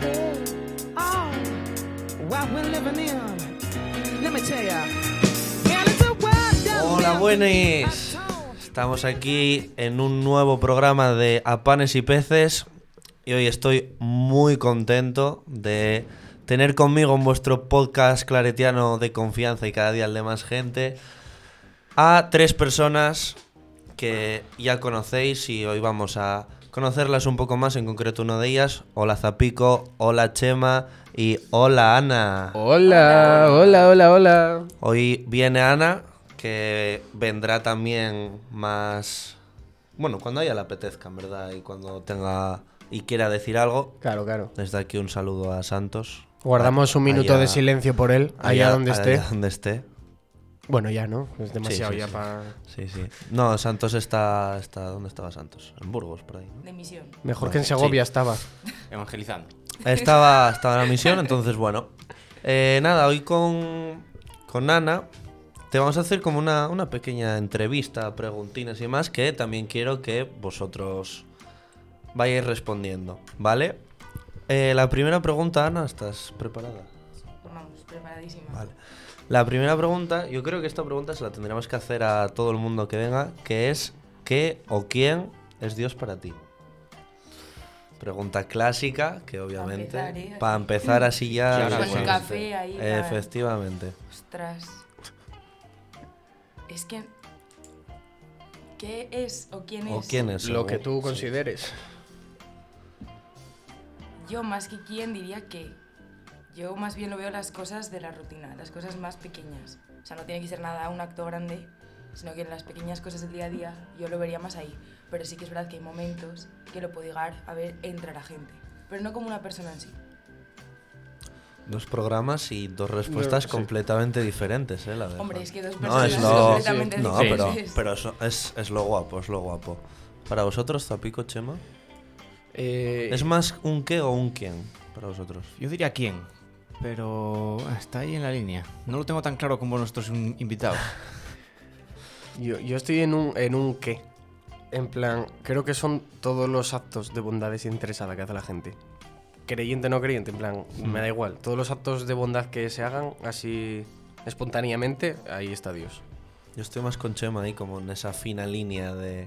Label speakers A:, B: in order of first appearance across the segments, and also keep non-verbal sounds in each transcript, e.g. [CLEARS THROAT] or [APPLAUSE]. A: that Oh, we're living in. Let me tell ya. Well, it's a world down
B: Hola,
A: there.
B: buenas. Estamos aquí en un nuevo programa de A Panes y Peces y hoy estoy muy contento de tener conmigo en vuestro podcast claretiano de confianza y cada día el de más gente a tres personas que ya conocéis y hoy vamos a conocerlas un poco más, en concreto uno de ellas. Hola Zapico, hola Chema y hola Ana.
C: Hola, hola, hola, hola.
B: Hoy viene Ana, que vendrá también más. Bueno, cuando a ella le apetezca, en verdad, y cuando tenga y quiera decir algo.
C: Claro, claro.
B: Desde aquí un saludo a Santos.
C: Guardamos un minuto
B: Allá-
C: de silencio por él, allá, donde esté.
B: Allá donde esté.
C: Bueno, ya no, es demasiado
B: sí,
C: ya
B: sí.
C: para...
B: Sí, sí. No, Santos está. está ¿Dónde estaba Santos? En Burgos, por ahí. ¿no?
D: de misión.
C: Mejor
B: Bueno,
C: que en Segovia estaba.
E: Evangelizando.
B: Estaba, estaba en la misión, entonces bueno. Eh, nada, hoy con, con Ana te vamos a hacer como una, una pequeña entrevista, preguntinas y más, que también quiero que vosotros vayáis respondiendo, ¿vale? Eh, la primera pregunta, Ana, ¿estás preparada?
D: Vamos, preparadísima.
B: Vale. La primera pregunta, yo creo que esta pregunta se la tendremos que hacer a todo el mundo que venga, que es ¿qué o quién es Dios para ti? Pregunta clásica, que obviamente
D: empezar, ¿eh?
B: para empezar así ya...
E: Sí, ahora
B: pues,
E: con el
D: café ahí, para-
B: Efectivamente.
D: Ostras. Es que. ¿Qué es o quién es?
B: ¿O quién es?
C: Lo que
B: según-
C: tú
B: sí.
C: consideres.
D: Yo más que quién diría qué. Yo más bien lo veo las cosas de la rutina, las cosas más pequeñas. O sea, no tiene que ser nada un acto grande, sino que en las pequeñas cosas del día a día yo lo vería más ahí. Pero sí que es verdad que hay momentos que lo puedo llegar a ver entre la gente. Pero no como una persona en sí.
B: Dos programas y dos respuestas
C: sí.
B: completamente diferentes, ¿eh? La verdad.
D: Hombre, es que dos
B: No,
D: personas
B: es lo...
D: completamente
B: no,
D: diferentes.
B: pero, pero eso- es, es lo guapo, es lo guapo. Para vosotros, Zapico, Chema,
C: Eh,
B: ¿es más un qué o un quién para vosotros?
E: Yo diría quién, pero está ahí en la línea. No lo tengo tan claro como nuestros in-
B: [LAUGHS]
E: invitados.
C: yo, yo estoy en un, en un qué. En plan, creo que son todos los actos de bondad desinteresada que hace la gente. Creyente o no creyente, en plan, me da igual. Todos los actos de bondad que se hagan así espontáneamente, ahí está Dios.
B: Yo estoy más con Chema ahí, como en esa fina línea de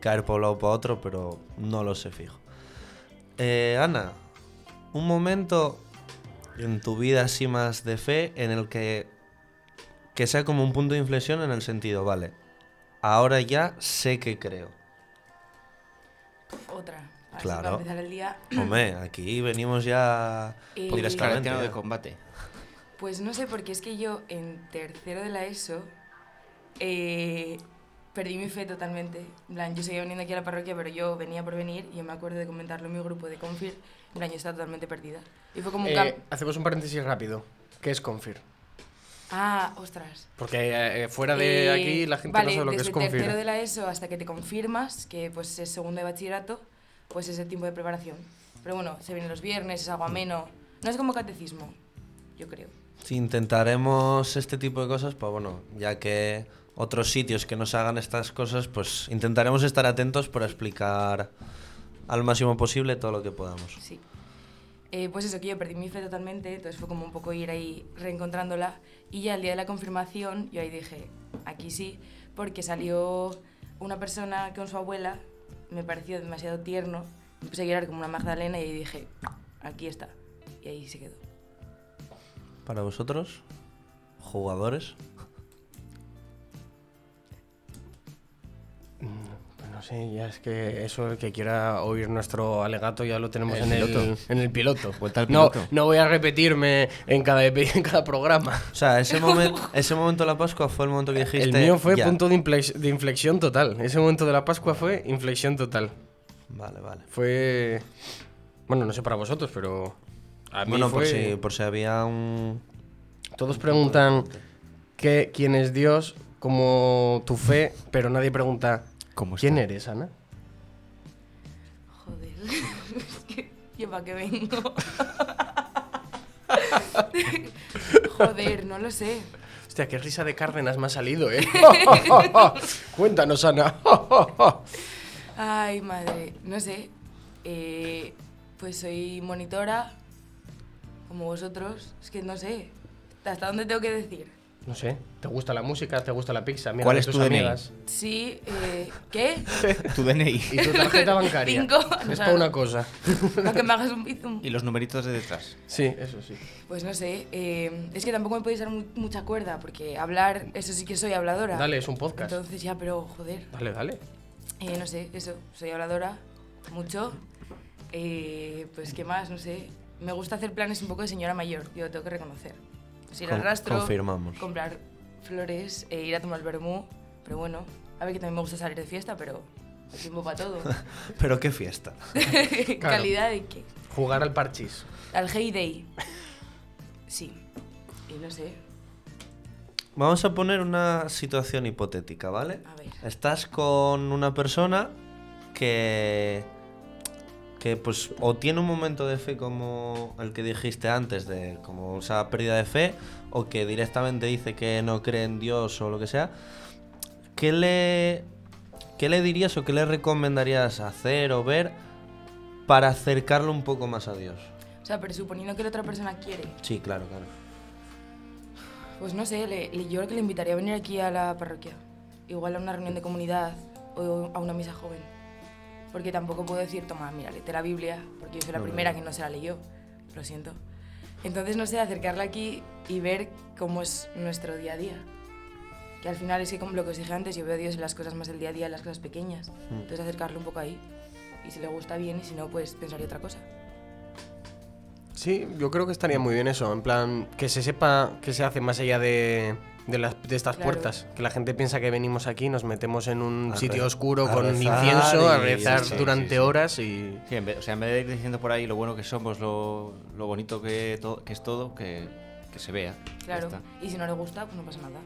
B: caer por un lado para otro, pero no lo sé fijo. Eh, Ana, un momento en tu vida así más de fe en el que, que sea como un punto de inflexión en el sentido, vale, ahora ya sé que creo.
D: Otra. Así
B: Claro.
D: Para empezar el día.
B: Hombre, aquí venimos ya
D: Eh,
E: Podrías
B: directamente.
E: claretiano de
B: ya.
E: combate.
D: Pues no sé, porque es que yo en tercero de la ESO eh, perdí mi fe totalmente. En plan, yo seguía viniendo aquí a la parroquia, pero yo venía por venir y yo me acuerdo de comentarlo en mi grupo de Confir. En plan, yo estaba totalmente perdida. Y fue como un
C: Eh,
D: cam-
C: hacemos un paréntesis rápido. ¿Qué es Confir?
D: Ah, ostras.
C: Porque eh, fuera de
D: Eh,
C: aquí la gente
D: vale,
C: no sabe lo que
D: desde
C: es Confir.
D: tercero de la ESO hasta que te confirmas, que pues es segundo de bachillerato, pues es el tiempo de preparación. Pero bueno, se vienen los viernes, es algo ameno. No es como catecismo, yo creo.
B: Sí, intentaremos este tipo de cosas, pues bueno, ya que otros sitios que nos hagan estas cosas, pues intentaremos estar atentos para explicar al máximo posible todo lo que podamos.
D: Sí. Eh, pues eso, que yo perdí mi fe totalmente, entonces fue como un poco ir ahí reencontrándola. Y ya el día de la confirmación, yo ahí dije, aquí sí, porque salió una persona con su abuela, me pareció demasiado tierno, me puse a llorar como una magdalena y ahí dije, aquí está. Y ahí se quedó.
B: Para vosotros, jugadores,
C: Pues No sé, ya es que eso, el que quiera oír nuestro alegato ya lo tenemos
E: El
C: en, el,
E: piloto.
C: en el piloto.
E: Vuelta al
C: No,
E: piloto.
C: no voy a repetirme en cada, epi- en cada programa.
B: o sea, ese, momen-
C: [LAUGHS]
B: ese momento de la Pascua fue el momento que dijiste...
C: El mío fue
B: este "Ya".
C: punto de, inflex- de inflexión total. Ese momento de la Pascua fue inflexión total.
B: Vale, vale.
C: Fue... Bueno, no sé para vosotros, pero... A mí
B: Bueno, por,
C: fue-
B: si, por si había un... [LAUGHS]
C: Todos preguntan qué, quién es Dios, como tu fe, pero nadie pregunta
E: ¿Cómo está?
C: quién eres, Ana.
D: Joder, [LAUGHS] es que yo para qué vengo. [LAUGHS] Joder, no lo sé.
C: Hostia, qué risa de Cárdenas me ha salido,
D: [LAUGHS]
C: ¿eh? [LAUGHS] Cuéntanos, Ana. [LAUGHS]
D: Ay, madre, no sé. Eh, pues soy monitora, como vosotros, es que no sé, ¿hasta dónde tengo que decir?
C: No sé, ¿te gusta la música? ¿Te gusta la pizza? Mira,
E: ¿Cuál
C: a
E: es
C: tus
E: tu DNI?
C: amigas.
D: Sí, eh, ¿qué?
E: Tu DNI.
C: Y tu
D: [LAUGHS]
C: tarjeta bancaria.
D: Cinco.
C: Es para una cosa.
D: Para que me hagas un bizum.
E: [LAUGHS] Y los numeritos de detrás.
C: Sí, eso sí.
D: Pues no sé, eh, es que tampoco me podéis dar mu- mucha cuerda, porque hablar, eso sí que soy habladora.
C: Dale, es un podcast.
D: Entonces ya, pero joder,
C: Dale, dale.
D: eh, no sé, eso, soy habladora, mucho. Eh, pues qué más, no sé. Me gusta hacer planes un poco de señora mayor, yo lo tengo que reconocer. Pues ir al
B: Con-
D: rastro,
B: confirmamos.
D: comprar flores, e ir a tomar vermú, pero bueno, a ver que también me gusta salir de fiesta, pero hay tiempo
B: [LAUGHS]
D: para todo. [LAUGHS]
B: Pero qué fiesta.
D: Calidad y qué.
C: Jugar al parchís.
D: Al Hey Day. Sí. Y no sé.
B: Vamos a poner una situación hipotética, ¿vale?
D: A ver.
B: Estás con una persona que. que pues o tiene un momento de fe como el que dijiste antes, de como esa pérdida de fe, o que directamente dice que no cree en Dios o lo que sea. ¿Qué le. ¿Qué le dirías o qué le recomendarías hacer o ver para acercarlo un poco más a Dios?
D: O sea, pero suponiendo que la otra persona quiere,
B: Sí, claro, claro.
D: pues no sé, le- le- yo creo que le invitaría a venir aquí a la parroquia. Igual a una reunión de comunidad o a una misa joven. Porque tampoco puedo decir, toma, mira, léete la Biblia, porque yo soy la
B: No, no,
D: primera
B: no.
D: que no se la leyó. Lo siento. Entonces, no sé, acercarla aquí y ver cómo es nuestro día a día. Que al final es que, como lo que os dije antes, yo veo a Dios en las cosas más del día a día, en las cosas pequeñas.
B: Hmm.
D: Entonces, acercarlo un poco ahí. Y si le gusta bien, y si no, pues pensaría otra cosa.
C: Sí, yo creo que estaría muy bien eso, en plan, que se sepa que se hace más allá de, de las, de estas
D: Claro.
C: puertas, que la gente piensa que venimos aquí, nos metemos en un
B: A
C: sitio
B: re-
C: oscuro
B: a
C: con
B: rezar
C: incienso, a
B: y-
C: rezar
B: sí, sí,
C: durante
E: sí.
C: horas y...
E: Sí, en vez- o sea, en vez de ir diciendo por ahí lo bueno que somos, lo, lo bonito que, to- que es todo, que, que se vea. Ya
D: Claro.
E: está.
D: Y si no le gusta, pues no pasa nada.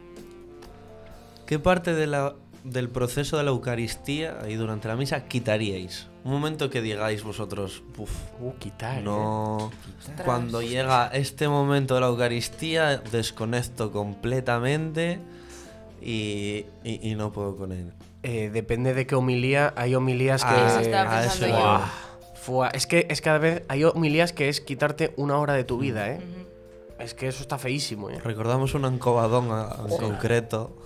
B: ¿Qué parte de la- del proceso de la Eucaristía ahí durante la misa quitaríais? Un momento que digáis vosotros, "Uf,
C: Uh, quitar.
B: no. Cuando llega este momento de la Eucaristía, desconecto completamente y, y- y no puedo con él.
C: Eh, depende de qué homilía, hay homilías que...
B: Ah,
D: Eso estaba
B: a
D: pensando
B: eso
D: yo.
B: iba.
C: Fua, Es que es cada vez hay homilías que es quitarte una hora de tu vida, ¿eh?
D: Ujú.
C: Es que eso está feísimo, ¿eh?
B: Recordamos un encobadón a- en concreto.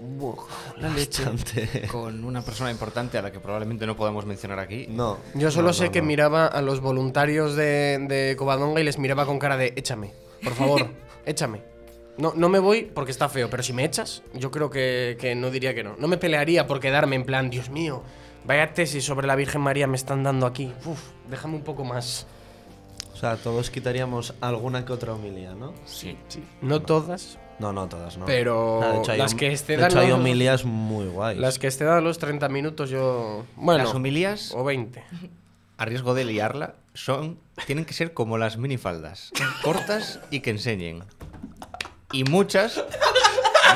C: Buah, la leche. [LAUGHS]
B: Bastante.
E: Con una persona importante a la que probablemente no podamos mencionar aquí.
B: No.
C: Yo solo
B: no,
C: sé
B: no,
C: que
B: no.
C: miraba a los voluntarios de, de Covadonga y les miraba con cara de échame, por
D: [LAUGHS]
C: favor, échame. No, no me voy porque está feo, pero si me echas, yo creo que, que no diría que no. No me pelearía por quedarme en plan, Dios mío, vaya tesis sobre la Virgen María me están dando aquí. Uf, déjame un poco más.
B: O sea, todos quitaríamos alguna que otra homilía, ¿no?
E: Sí.
C: No todas,
B: No, no, todas, no.
C: Pero
B: Nada, de hecho, hay
C: las
B: hom-
C: que esté
B: De hecho, hay
C: dando-
B: homilías muy guays.
C: las que esté dando los 30 minutos yo... Bueno,
E: Las homilías,
C: o 20.
E: a riesgo de liarla, son, tienen que ser como las minifaldas. Cortas y que enseñen. Y muchas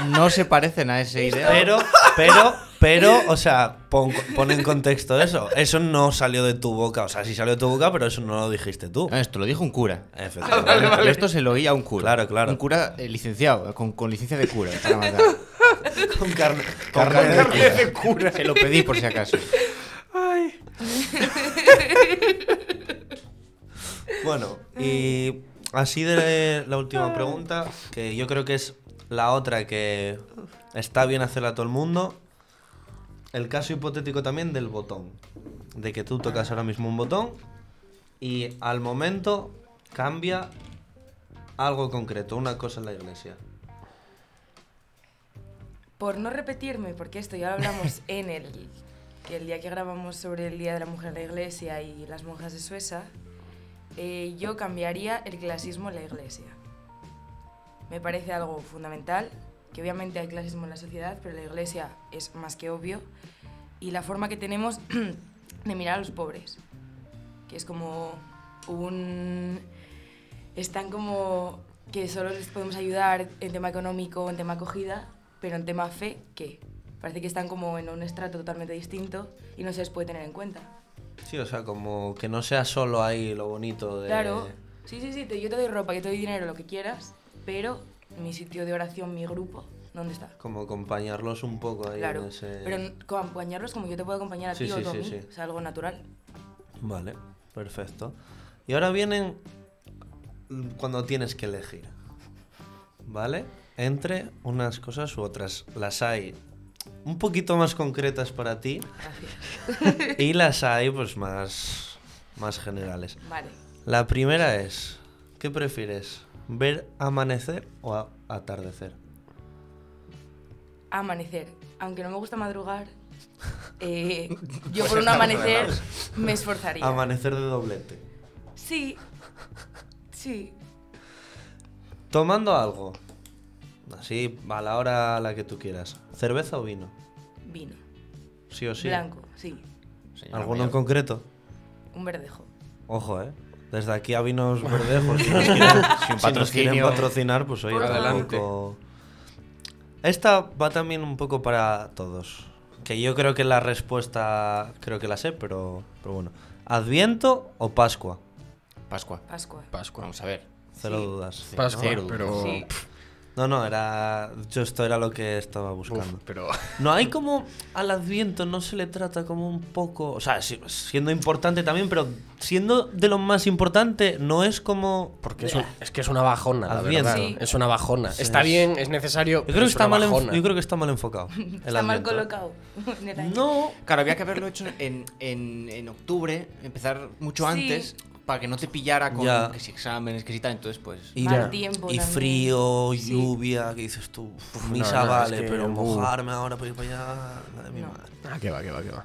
E: no se parecen a ese ideal.
B: Pero, pero, pero, o sea, pon, pon en contexto eso. Eso no salió de tu boca. O sea, sí salió de tu boca, pero eso no lo dijiste tú.
E: No, esto lo dijo
B: [LAUGHS]
E: un cura.
B: Efectivamente.
E: Pero Esto se lo oía a un cura.
B: Claro, claro.
E: Un cura eh, licenciado, con, con licencia de cura. para matar.
B: [LAUGHS] Con carne.
E: Con carne
B: de cura.
E: de cura. Se lo pedí por si acaso.
B: Bueno, y así de la última pregunta, que yo creo que es la otra que está bien hacerla a todo el mundo. El caso hipotético también del botón. De que tú tocas ahora mismo un botón y al momento cambia algo concreto, una cosa en la iglesia.
D: Por no repetirme, porque esto ya lo hablamos en el, que el día que grabamos sobre el Día de la Mujer en la Iglesia y las monjas de Sueza, eh, yo cambiaría el clasismo en la Iglesia. Me parece algo fundamental, que obviamente hay clasismo en la sociedad, pero la Iglesia es más que obvio, y la forma que tenemos [CLEARS THROAT] de mirar a los pobres, que es como un... están como que solo les podemos ayudar en tema económico, en tema acogida, pero en tema fe, ¿qué? Parece que están como en un estrato totalmente distinto y no se les puede tener en cuenta.
B: Sí, o sea, como que no sea solo ahí lo bonito de...
D: Claro, sí, sí, sí, te- yo te doy ropa, yo te doy dinero, lo que quieras, pero mi sitio de oración, mi grupo, ¿dónde está?
B: Como acompañarlos un poco ahí
D: Claro,
B: en ese...
D: pero n- acompañarlos como yo te puedo acompañar a
B: Sí,
D: ti o
B: sí,
D: tú a
B: sí,
D: mí,
B: sí.
D: o sea, algo natural.
B: Vale, perfecto. Y ahora vienen cuando tienes que elegir. ¿Vale? Entre unas cosas u otras. Las hay un poquito más concretas para
D: [LAUGHS]
B: ti y las hay pues más, más generales.
D: Vale.
B: La primera es, ¿qué prefieres? ¿Ver amanecer o a- atardecer?
D: Amanecer. Aunque no me
B: [LAUGHS]
D: gusta madrugar, eh,
B: Pues
D: yo por un amanecer me esforzaría.
B: Amanecer de doblete.
D: sí. Sí.
B: Tomando algo. Así, a la hora a la que tú quieras. ¿Cerveza o vino?
D: Vino.
B: Sí o sí.
D: Blanco, sí.
B: [LAUGHS]
E: Señora
B: ¿Alguno en
E: mayor.
B: concreto?
D: Un verdejo.
B: Ojo, eh. Desde aquí a
C: [LAUGHS]
B: vinos verdejos. Si nos quieren, si nos
E: patrocinio.
B: quieren patrocinar, pues oye,
D: Por
C: Adelante.
B: tampoco- Esta va también un poco para todos. Que yo creo que la respuesta, creo que la sé, pero, pero bueno. ¿Adviento o Pascua?
E: Pascua.
D: Pascua.
C: Pascua.
E: Vamos a ver.
B: Cero
D: Sí.
B: dudas.
C: Pascua,
E: Cero.
C: pero.
D: Sí.
B: No, no, era. Yo esto era lo que estaba
C: Uf,
B: buscando.
C: pero.
B: No hay como al Adviento no se le trata como un poco, o sea, si- siendo importante también, pero siendo de lo más importante no es como ah,
C: Porque es, un- es que es una bajona, la
B: Adviento.
C: verdad.
D: Sí.
C: Es una bajona.
B: Sí,
C: Está
B: es-
C: bien, es necesario.
B: yo
C: pero
B: creo que
C: es
B: está
C: una
B: mal, enf-
C: bajona.
B: yo creo que está mal
D: [LAUGHS]
B: enfocado. el
D: Está mal
B: Adviento.
D: colocado. [LAUGHS] en el año.
B: No,
E: Claro, había que haberlo hecho en, en, en octubre, empezar mucho
D: Sí.
E: antes, para que no te pillara con
B: Ya.
E: que si exámenes, que si tal, entonces pues...
B: y,
D: Mal tiempo
B: y
D: también.
B: frío,
D: Sí.
B: lluvia, que dices tú, "Uf,
C: no,
B: misa
C: es
B: vale,
C: que,
B: pero
C: uh.
B: mojarme ahora para ir para allá, madre mi
D: No.
B: madre.
C: Ah, que va, que va, que va.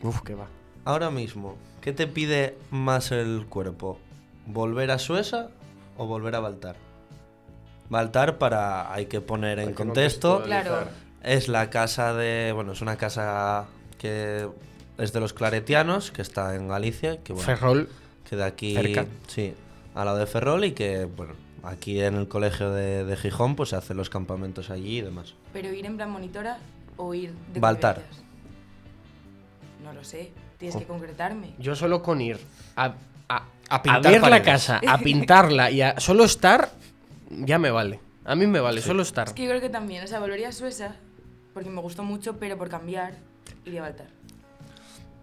C: Uf, que va.
B: Ahora mismo, ¿qué te pide más el cuerpo? ¿Volver a Sueza o volver a Baltar? Baltar, para hay que poner en contexto,
D: Claro.
B: es la casa de. Bueno, es una casa que es de los claretianos, que está en Galicia, que bueno,
C: Ferrol.
B: que de aquí.
C: cerca.
B: Sí, al lado de Ferrol y que, bueno, aquí en el colegio de, de Gijón, pues se hacen los campamentos allí y demás.
D: Pero ir en plan monitora o ir de
B: Baltar. Oh.
D: convivencias? No lo sé. Tienes que concretarme.
C: Yo solo con ir a, a,
E: A
C: a
E: pintar
C: ver la
E: paredes.
C: casa, a pintarla y a solo estar, ya me vale. A mí me vale, solo estar.
D: Es que yo creo que también, o sea, volvería a Suecia porque me gustó mucho, pero por cambiar iría a Baltar.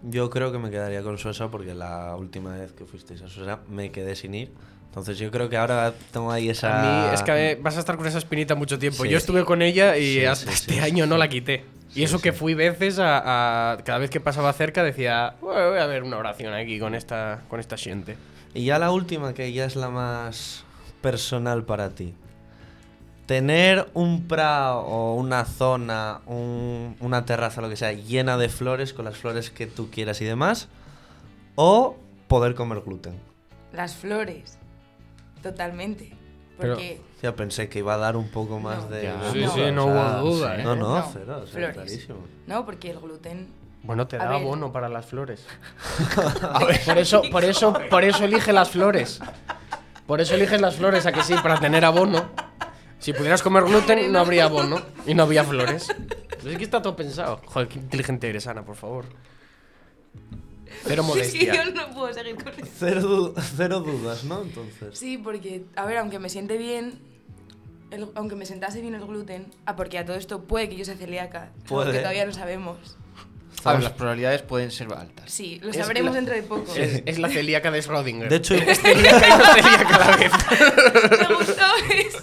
B: Yo creo que me quedaría con Suesa porque la última vez que fuisteis a Suesa me quedé sin ir. Entonces yo creo que ahora tengo ahí
C: A
B: esa...
C: mí es que eh, vas a estar con esa espinita mucho tiempo.
B: Sí.
C: Yo estuve con ella y
B: Sí,
C: hasta
B: sí,
C: este
B: sí,
C: año no la quité. y eso que fui veces a, a- Cada vez que pasaba cerca decía, "Bueno, voy a ver una oración aquí con esta, con esta gente.
B: Y ya la última, que ya es la más personal para ti. Tener un prado o una zona, un- una terraza, lo que sea, llena de flores, con las flores que tú quieras y demás, o poder comer gluten.
D: Las flores. Totalmente.
C: Pero-
D: Porque
B: Ya pensé que iba a dar un poco más
D: No.
B: de...
E: Ya.
C: Sí,
B: duda,
C: sí,
B: o
C: no
B: sea,
C: hubo duda,
B: sí.
C: ¿eh?
B: No, no,
D: No,
B: cero, o sea,
D: flores.
B: clarísimo.
D: No, porque el gluten.
C: Bueno, te
D: A
C: da
D: ver.
C: abono para las [LAUGHS] flores. Por eso, por eso, por eso elige las flores. Por eso eliges las flores, a que sí, para tener abono. Si pudieras comer gluten, no habría abono y no había flores. Pero Pues es que está todo pensado. Joder, qué inteligente eres, Ana, por favor. Cero
D: Es [LAUGHS] que yo
C: modestia.
D: no puedo seguir con eso.
B: Cero, du- cero dudas, ¿no? Entonces.
D: Sí, porque, a ver, aunque me siente bien, el- aunque me sentase bien el gluten, ah, porque a todo esto puede que yo sea celíaca,
B: Puede.
D: aunque todavía no sabemos.
E: A ver, las probabilidades pueden ser altas.
D: Sí, lo
C: Es
D: sabremos
C: la-
D: dentro
C: [LAUGHS]
D: de poco.
C: Es, es la celíaca de Schrödinger.
B: De
C: [LAUGHS]
B: hecho,
D: [LAUGHS]
C: celíaca y no celíaca a la vez.
D: Me gustó eso.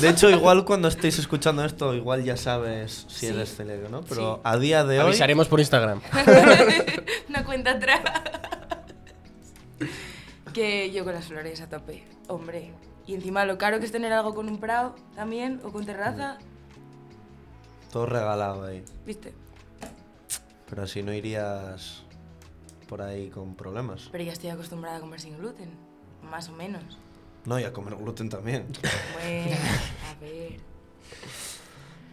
D: [LAUGHS]
B: De hecho, igual cuando estéis escuchando esto, igual ya sabes si
D: Sí.
B: eres celíaco, ¿no? Pero
D: Sí.
B: a día de hoy.
C: Avisaremos por Instagram.
D: Una cuenta atrás. que yo con las flores a tope, hombre. Y encima lo caro que es tener algo con un prado también, o con terraza,
B: Todo regalado ahí.
D: viste.
B: Pero así no irías por ahí con problemas.
D: Pero ya estoy acostumbrada a comer sin gluten, más o menos.
B: No, y a comer gluten
D: [LAUGHS]
B: también.
D: Bueno, a ver.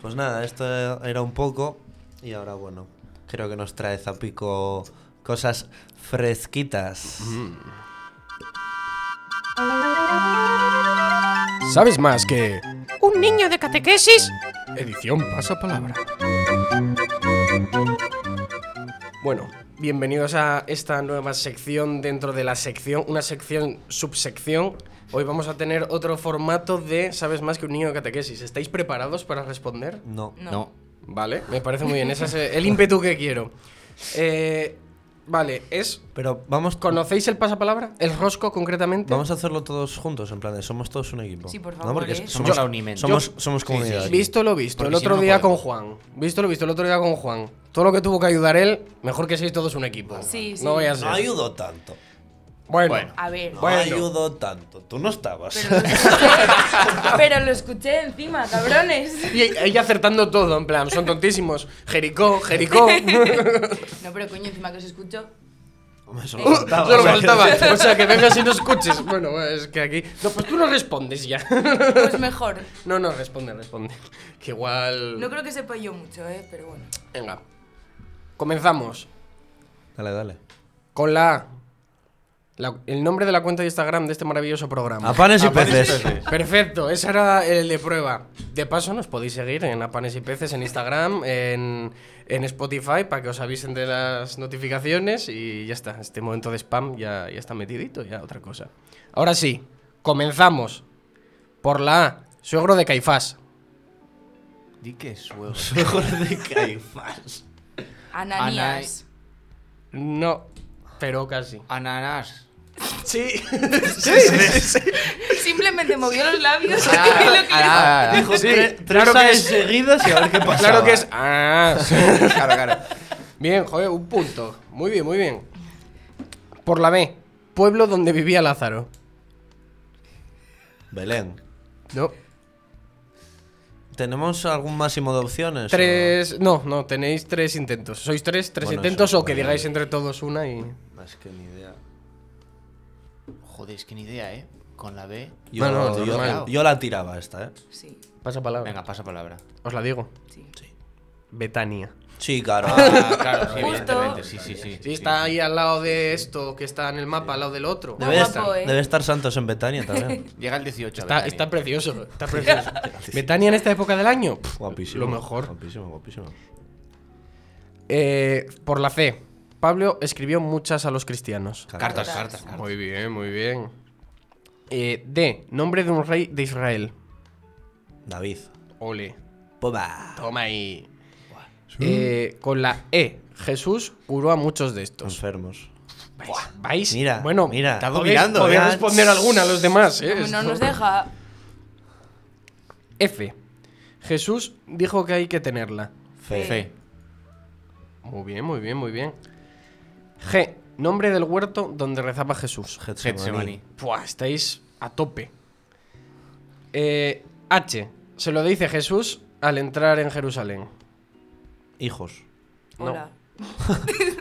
B: Pues nada, esto era un poco. Y ahora, bueno, creo que nos trae Zapico cosas fresquitas.
D: Mm-hmm.
C: ¿Sabes más que
F: ¿Un niño de catequesis?
C: Edición Pasapalabra. Bueno, bienvenidos a esta nueva sección dentro de la sección, una sección subsección. Hoy vamos a tener otro formato de ¿Sabes más que un niño de catequesis? ¿Estáis preparados para responder?
B: No.
D: No.
E: No.
C: Vale, me parece muy bien. Ese es el ímpetu que quiero. Eh, Vale, es.
B: Pero vamos,
C: ¿Conocéis el pasapalabra? ¿El rosco concretamente?
B: vamos a hacerlo todos juntos, en plan, de somos todos un equipo.
D: Sí, por
B: No,
D: favor,
B: porque
D: ¿eh?
B: somos,
E: Yo- la Unimente.
B: somos,
E: Yo-
B: somos
E: Sí, sí, sí.
B: comunidad.
C: Visto lo visto,
E: Porque
C: el
E: si
C: otro
E: no, pues- no
C: día con
E: podemos.
C: Juan. Visto lo visto, el otro día con Juan. Todo lo que tuvo que ayudar él, mejor que seáis todos un equipo.
D: Sí, sí.
C: No voy a
B: No
C: ser.
B: ayudo tanto.
C: Bueno,
E: Bueno.
D: A ver.
B: No
C: Bueno.
B: ayudo tanto. Tú no [LAUGHS] estabas.
D: Pero lo, escuché, pero lo escuché encima, cabrones.
C: Y ella acertando todo, en plan, son tontísimos. Jericó, Jericó.
D: [LAUGHS] No, pero coño, encima que os escucho. eh, [LAUGHS]
B: Hombre, solo
C: Uh,
E: Ah,
B: faltaba.
C: Solo
B: O sea, [LAUGHS]
C: faltaba. O sea, que vengas y no escuches. Bueno, es que aquí. No, pues tú no respondes ya. [LAUGHS]
D: Pues mejor.
C: No, no, responde, responde. Que igual.
D: No creo que sepa yo mucho, ¿eh? Pero bueno.
C: Venga. Comenzamos
B: Dale, dale.
C: con la A. La- el nombre de la cuenta de Instagram de este maravilloso programa.
B: A panes y
E: A panes y
B: peces.
E: peces.
C: Perfecto, ese era el de prueba. De paso, nos podéis seguir en Apanes y Peces, en Instagram, en, en Spotify, para que os avisen de las notificaciones y ya está. Este momento de spam ya, ya está metidito, ya otra cosa. Ahora sí, comenzamos por la A, suegro de Caifás.
E: Di que es suegro. [LAUGHS] Suegro de Caifás.
D: Ananías.
C: No, pero casi.
E: [LAUGHS] Ananás.
C: Sí, sí, sí, sí.
D: Simplemente movió los labios.
E: Ah, ah,
B: Dijo
E: [LAUGHS]
C: Sí,
B: tre- tres
C: claro que
B: A's
C: es-
B: seguidas y a ver qué pasa.
C: Claro que es. Ah, sí.
E: ah. Claro, claro.
C: Bien, joder, un punto. Muy bien, muy bien. Por la B, pueblo donde vivía Lázaro.
B: Belén.
C: No.
B: ¿Tenemos algún máximo de opciones?
C: Tres. No, no, tenéis tres intentos. ¿Sois tres? ¿Tres
B: Bueno,
C: intentos?
B: eso,
C: o que
B: bueno.
C: digáis entre todos una y.
B: o- Es que ni idea.
E: Joder, es que ni idea, ¿eh? Con la B.
B: Yo,
C: No, no,
B: yo-
C: normal.
B: yo la tiraba esta, ¿eh?
D: Sí,
C: Pasa palabra.
E: Venga, pasa palabra.
C: Os la digo.
D: sí.
C: Betania.
B: Sí, claro.
E: Ah, claro, sí,
D: Justo.
E: evidentemente. Sí, sí, sí.
C: Sí, está ahí al lado de esto que está en el mapa, al lado del otro.
D: No,
B: Debe,
D: guapo,
B: estar,
D: ¿eh?
B: debe estar Santos en Betania
D: [LAUGHS]
B: también.
E: Llega el 18.
C: Está,
E: Betania.
C: está precioso. Está precioso. Betania en esta época del año. pff,
B: Guapísimo.
C: Lo mejor.
B: Guapísimo, guapísimo.
C: Eh, por la C. Pablo escribió muchas a los cristianos.
E: Cartas, cartas, cartas.
C: Muy bien, muy bien. Eh, D. Nombre de un rey de Israel.
B: David.
C: Ole.
B: Poba.
C: Toma ahí. Eh, con la E. Jesús curó a muchos de estos.
B: Enfermos.
C: ¿Vais? ¿Vais?
B: Pues, Mira,
C: bueno,
B: mira.
C: podéis-
E: Está dominando,
C: podéis
B: ¿eh?
C: responder alguna a los demás. ¿eh?
D: Como no nos deja.
C: F. Jesús dijo que hay que tenerla.
B: Fe.
E: Fe.
C: Muy bien, muy bien, muy bien. G. Nombre del huerto donde rezaba Jesús.
E: Getsemaní.
C: Buah, estáis a tope. Eh, H. Se lo dice Jesús al entrar en Jerusalén.
B: Hijos.
D: Hola.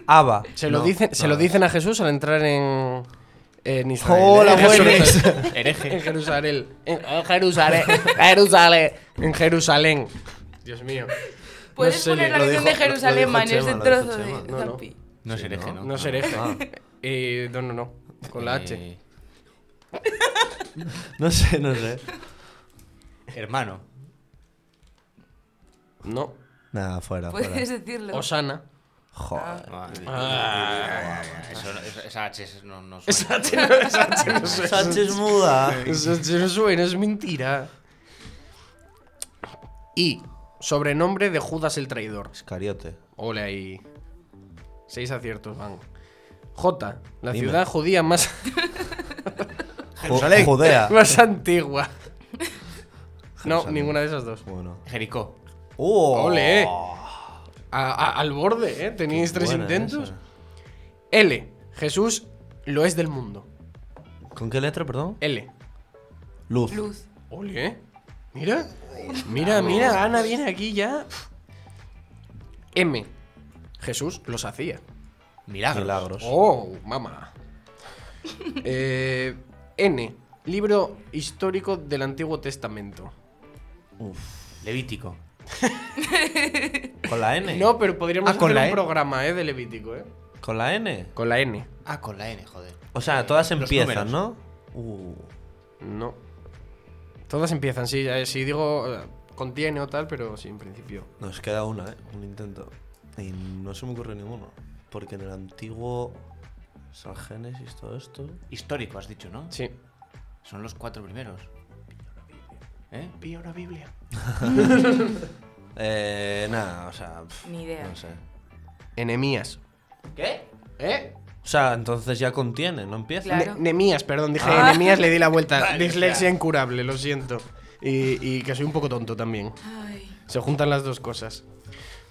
B: Aba.
C: Se lo,
B: No,
C: dicen, se
B: no.
C: lo dicen a Jesús al entrar en, en Israel.
B: Hola,
C: en
B: buenas.
C: Jerusalén. En
E: [LAUGHS] Hereje.
C: Jerusalén. En en Jerusalén. Jerusalén. En Jerusalén. Dios mío.
D: ¿Puedes
C: sé,
D: poner la
B: lo
D: canción
B: dijo-
D: de
B: lo
D: Jerusalén
B: dijo
D: en ese
B: Chema, lo dijo
D: trozo de
B: Chema.
C: No, no.
D: Zampi?
E: No es
B: Sí,
E: hereje,
B: ¿no?
E: ¿no?
C: No se hereje.
B: Ah.
C: Eh, no, no, no. Con la H.
E: Eh,
B: No sé, no sé.
E: hermano.
C: No.
B: Nada, fuera, fuera.
D: Puedes decirlo.
C: Osana.
B: Joder.
E: Ah, eso no- eso- Esa H es- no, no suena.
C: Esa H no es H, no sé.
B: Sánchez muda.
C: Esa H no suena, es mentira. Y sobrenombre de Judas el traidor.
B: Escariote.
C: Ole ahí. Seis aciertos van. J. La
B: Dime.
C: ciudad
B: [LAUGHS]
C: judía más, [LAUGHS]
B: Ju- Judea. [LAUGHS]
C: más antigua. No,
B: Jerusalén.
C: ninguna de esas dos.
B: Bueno.
E: Jericó.
B: ¡Oh!
C: Ole, eh. A- a- al borde, ¿eh? Tenéis tres
B: Buena
C: intentos.
B: esa.
C: L. Jesús lo es del mundo.
B: ¿Con qué letra, perdón?
C: L.
B: Luz.
D: Luz.
C: Ole, ¿eh? Mira. Mira, mira, Ana viene aquí ya. M. Jesús los hacía.
E: Milagros.
B: Milagros.
C: Oh, mamá. Eh, N. Libro histórico del Antiguo Testamento.
E: Levítico.
B: ¿Con la N?
C: No, pero podríamos
E: Ah, con
C: hacer
E: la
C: un
E: E.
C: programa, ¿eh? De Levítico, ¿eh?
B: ¿Con la N?
C: Con la N.
E: Ah, con la N, joder.
B: O sea, todas
E: Los
B: empiezan,
E: números.
B: ¿no? Uh.
C: No. Todas empiezan, sí. eh, Si digo eh, contiene o tal, pero sí, en principio.
B: Nos queda una, ¿eh? Un intento. Y no se me ocurre ninguno. Porque en el antiguo. San Génesis, todo esto.
E: Histórico, has dicho, ¿no?
C: Sí.
E: Son los cuatro primeros. ¿Eh?
C: Pilla una Biblia.
B: Eh. Nada, o sea. pf,
D: Ni idea.
B: No sé.
C: Enemías.
E: ¿Qué?
C: ¿Eh?
B: O sea, entonces ya contiene, no empieza.
D: Claro.
C: Ne- Nemías, perdón, dije
B: Ah.
C: Nemías, le di la vuelta. Dislexia incurable, lo siento. Y, y que soy un poco tonto también.
D: Ay.
C: Se juntan las dos cosas.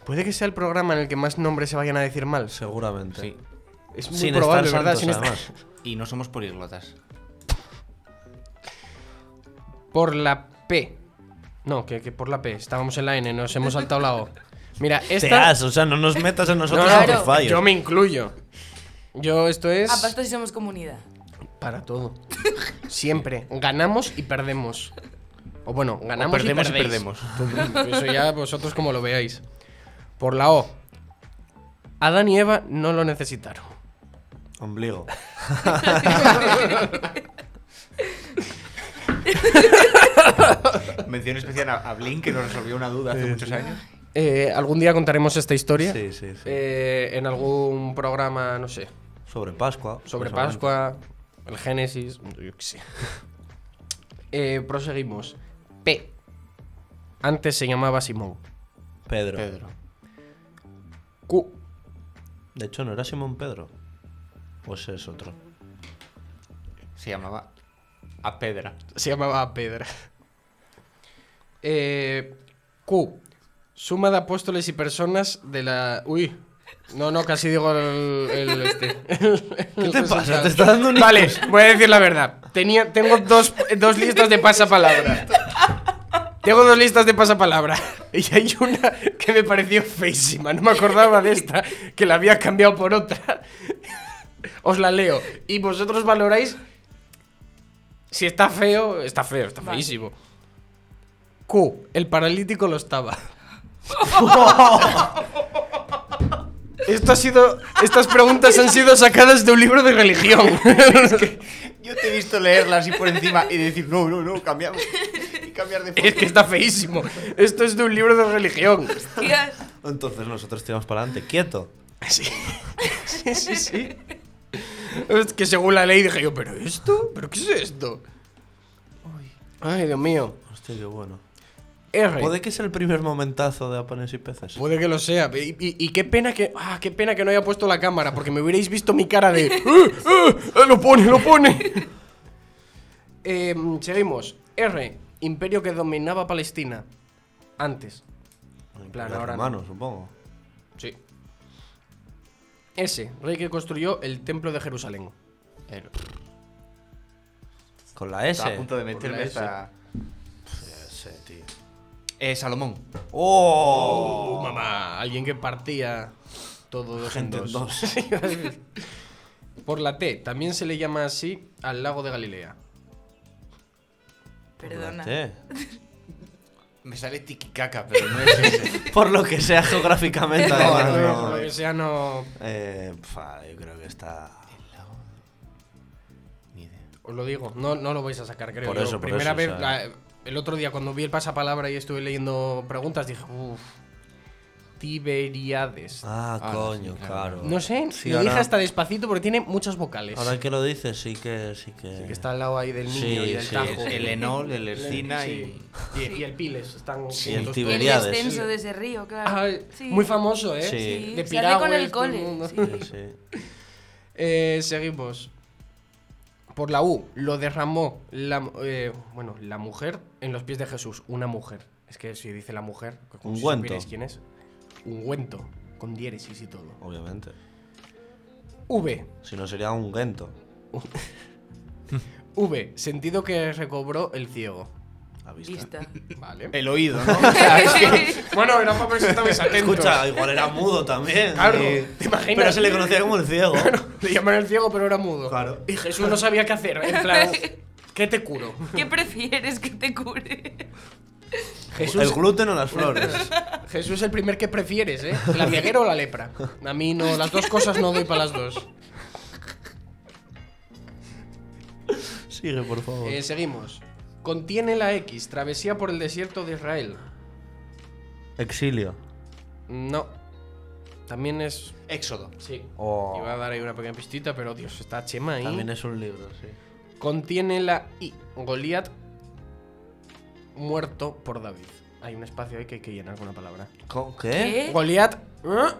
C: Puede que sea el programa en el que más nombres se vayan a decir mal.
B: Seguramente.
E: Sí.
C: Es muy
B: Sin
C: probable,
B: estar
C: ¿verdad?
B: santos,
C: Sin estar-
B: además.
E: Y no somos políglotas.
C: Por la P. No, que, que por la P. Estábamos en la N, nos hemos saltado la O. Mira,
B: Te
C: esta.
B: has, o sea, no nos metas a
C: No, no,
B: nosotros
D: Claro.
B: a tus fallos.
C: yo me incluyo. Yo, esto es.
D: A pasto si Ah, pues somos comunidad.
C: Para todo. Siempre. Ganamos y perdemos. O bueno, ganamos
E: O perdemos y
C: y, perdéis.
E: [LAUGHS] perdemos.
C: Pues Eso ya vosotros como lo veáis. Por la O. Adán y Eva no lo necesitaron.
B: Ombligo.
E: Mención especial a, a Blink, que nos resolvió una duda hace muchos años.
C: Eh, algún día contaremos esta historia.
B: Sí, sí, sí.
C: Eh, en algún programa, no sé,
B: Sobre Pascua.
C: sobre
B: pues,
C: Pascua, el Génesis, yo qué sé. [LAUGHS] Eh, proseguimos. P. Antes se llamaba Simón.
B: Pedro.
C: Q.
B: De hecho, ¿no era Simón Pedro? O ese es otro.
E: Se llamaba A Pedra.
C: Se llamaba Pedra. Eh, Q. Suma de apóstoles y personas de la. Uy. No, no, casi digo el. el este. ¿Qué
B: te pasa? Te está dando un-
C: Vale, voy a decir la verdad. Tenía, tengo dos, dos listas de pasapalabra. Tengo dos listas de pasapalabra. Y hay una que me pareció feísima. No me acordaba de esta, que la había cambiado por otra. Os la leo. Y vosotros valoráis si está feo, está feo, está
D: Vale.
C: feísimo. Q, el paralítico lo estaba. [LAUGHS] Esto ha sido. Estas preguntas han sido sacadas de un libro de [LAUGHS] religión.
E: Yo te he visto leerla así por encima y decir, no, no, no, cambiamos. Y cambiar [LAUGHS] de
C: es que está feísimo. Esto es de un libro de religión.
D: Tías,
B: Entonces nosotros tiramos para adelante. Quieto.
C: Sí. sí, sí, sí. Es que según la ley dije yo, ¿pero esto? ¿Pero qué es esto? Ay, Dios mío.
B: Hostia, qué bueno.
C: R.
B: Puede que sea el primer momentazo de Apanes y Peces.
C: Puede que lo sea. Y, y- y qué pena que. Ah, qué pena que no haya puesto la cámara, porque me hubierais visto mi cara de. "Eh, eh, eh, ¡Lo pone, lo pone! [LAUGHS] Eh, seguimos. R. Imperio que dominaba Palestina. Antes.
B: En
C: plan, ahora no.
B: Romano, supongo.
C: Sí. S. Rey que construyó el templo de Jerusalén.
B: Con la S.
E: Estaba a punto de meterme
C: Por la S.
E: esta.
B: S, tío.
E: Eh, Salomón.
B: ¡Oh!
C: Oh, mamá. Alguien que partía todo dos en
B: Gente en
C: dos.
B: dos.
C: [LAUGHS] Por la T. También se le llama así al lago de Galilea.
D: perdona.
B: Sí.
E: Me sale tiquicaca, pero no es ese.
B: Por lo que sea
D: [LAUGHS]
B: geográficamente, además,
C: Por
B: no.
C: lo que sea, no.
B: Eh, pfa, yo creo que está.
E: [LAUGHS] Ni idea.
C: Os lo digo, no, no lo vais a sacar, creo.
B: Por
C: yo.
B: eso, por
C: Primera
B: eso,
C: vez,
B: o sea.
C: la- el otro día cuando vi el pasapalabra y estuve leyendo preguntas, dije, uff, Tiberiades.
B: Ah,
E: Ah,
B: coño,
E: sí, claro.
B: claro.
C: no sé,
B: Sí,
C: lo
B: ahora-
C: dije hasta despacito porque tiene muchas vocales.
B: Ahora que lo dices, sí que. Sí que...
C: que está al lado ahí del niño
B: Sí,
C: y del
B: sí,
C: tajo.
B: sí.
E: El enol, el ercina
C: Sí.
E: y.
C: y, y el Piles.
B: Y el
C: Están juntos.
D: Y el
B: Tiberiades.
D: descenso de ese río, claro.
C: Ay,
D: Sí.
C: Muy famoso, ¿eh?
B: Sí.
D: Sí,
C: De
D: se hace
C: piragües,
D: con el
C: todo el
D: cole.
C: mundo.
B: Sí, [LAUGHS]
D: sí.
B: sí.
C: Eh, seguimos. Por la U, lo derramó la, eh, bueno, la mujer en los pies de Jesús. Una mujer. Es que si dice la mujer, pues como si
B: Ungüento.
C: supierais quién es. Ungüento, con diéresis y todo.
B: Obviamente.
C: V,
B: Si no sería un gento.
C: V, sentido que recobró el ciego.
B: A vista.
D: Lista.
C: Vale.
B: Eh.
C: [LAUGHS]
E: El oído, ¿no? [LAUGHS] O sea,
D: [LAUGHS]
E: es que-
C: bueno, era para ver si estabais atentos.
B: Escucha, igual era mudo también.
C: Claro,
B: y-
C: ¿te imaginas?
B: Pero se le conocía
C: [LAUGHS]
B: como el ciego.
C: Le llamaron el ciego, pero era mudo.
B: Claro.
C: Y Jesús no sabía qué hacer.
B: [LAUGHS]
C: En plan, ¿qué te curo?
D: ¿Qué prefieres que te cure?
C: Jesús
B: El gluten o las flores.
C: Jesús el primer que prefieres, ¿eh? ¿La ceguera o la lepra? A mí no, las dos cosas no doy para las dos.
B: Sigue, por favor.
C: Eh, seguimos. Contiene la X, travesía por el desierto de Israel.
B: Exilio.
C: No. También es...
E: Éxodo.
C: Sí.
B: Oh.
C: Iba a dar ahí una pequeña pistita, pero Dios, está Chema ahí.
B: También es un libro, sí.
C: Contiene la I, Goliat muerto por David. Hay un espacio ahí que hay
B: ¿Eh?
D: ¿Eh?
C: que llenar con una palabra.
B: ¿Con- ¿Qué?
D: ¿Qué?
C: Goliat ¿eh?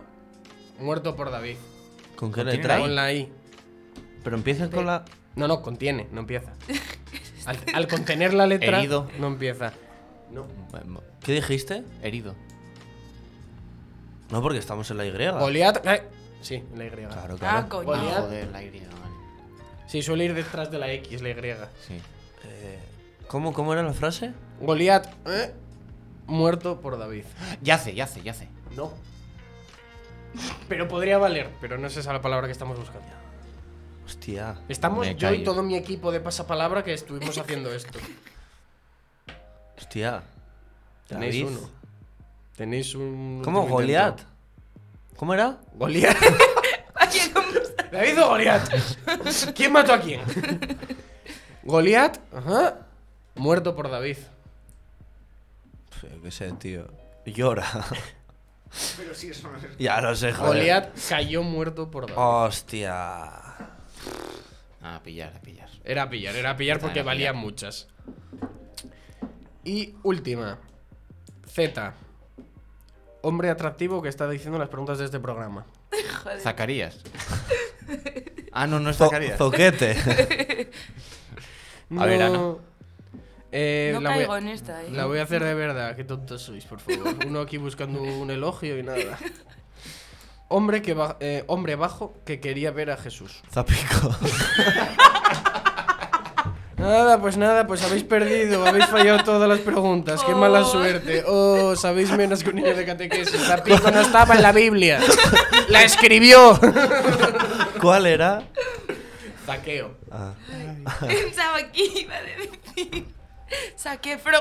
C: muerto por David.
B: ¿Con qué
E: Contiene
B: letra?
E: Ahí.
C: Con la I.
B: Pero empiezas con la.
C: No, no, contiene, no empieza. Al, al contener la letra,
E: Herido.
C: no empieza.
B: ¿Qué dijiste?
E: Herido.
B: No, porque estamos en la Y.
C: Goliat. eh, Sí, la Y.
B: Claro,
D: Ah,
B: claro.
D: coño.
C: Goliat.
E: Joder, la Y, vale.
C: Sí, suele ir detrás de la X, la Y.
E: Sí.
B: Eh, ¿cómo, ¿Cómo era la frase?
C: Goliat. eh, Muerto por David.
E: Yace, yace, yace.
C: No. Pero podría valer, pero no es esa la palabra que estamos buscando.
B: Hostia.
C: Estamos
E: Me
C: yo y
E: callo.
C: todo mi equipo de pasapalabra que estuvimos haciendo esto.
B: Hostia.
C: Tenéis
B: David.
C: uno. Tenéis un.
B: ¿Cómo?
C: último
B: ¿Goliat?
C: intento.
B: ¿Cómo era?
C: Goliat.
D: [LAUGHS] Aquí, ¿cómo está?
C: David o Goliat. ¿Quién mató a quién? Goliat. Ajá. Muerto por David.
B: Pf, Yo qué sé, tío. Llora. Ya lo sé, joder.
C: Goliat cayó muerto por
E: Ah.
C: David.
B: Hostia.
E: A Ah, pillar, a pillar.
C: Era pillar, era pillar porque
E: Era
C: valían
E: pillar.
C: muchas. Y última. Z. Hombre atractivo que está diciendo las preguntas de este programa.
D: Joder.
C: [LAUGHS]
E: Zacarías. Ah, no, no es
B: Zo-
E: Zacarías.
B: zoquete.
E: A ver,
C: No. Eh,
D: No
C: la, voy
D: caigo
C: a,
D: en esta, ¿eh?
C: la voy a hacer de verdad, qué tontos sois, por favor. Uno aquí buscando un elogio y nada. Hombre, que ba- eh, hombre bajo que quería ver a Jesús.
B: Zapico.
C: Nada, pues nada, pues habéis perdido, habéis fallado todas las preguntas, qué mala
D: Oh.
C: suerte. Oh, sabéis menos que un niño de catequesis. La pico no estaba en la Biblia, la escribió.
B: ¿Cuál era?
C: Zaqueo.
B: Ah.
D: Pensaba aquí iba a decir.
C: [LAUGHS]
D: Saqué from.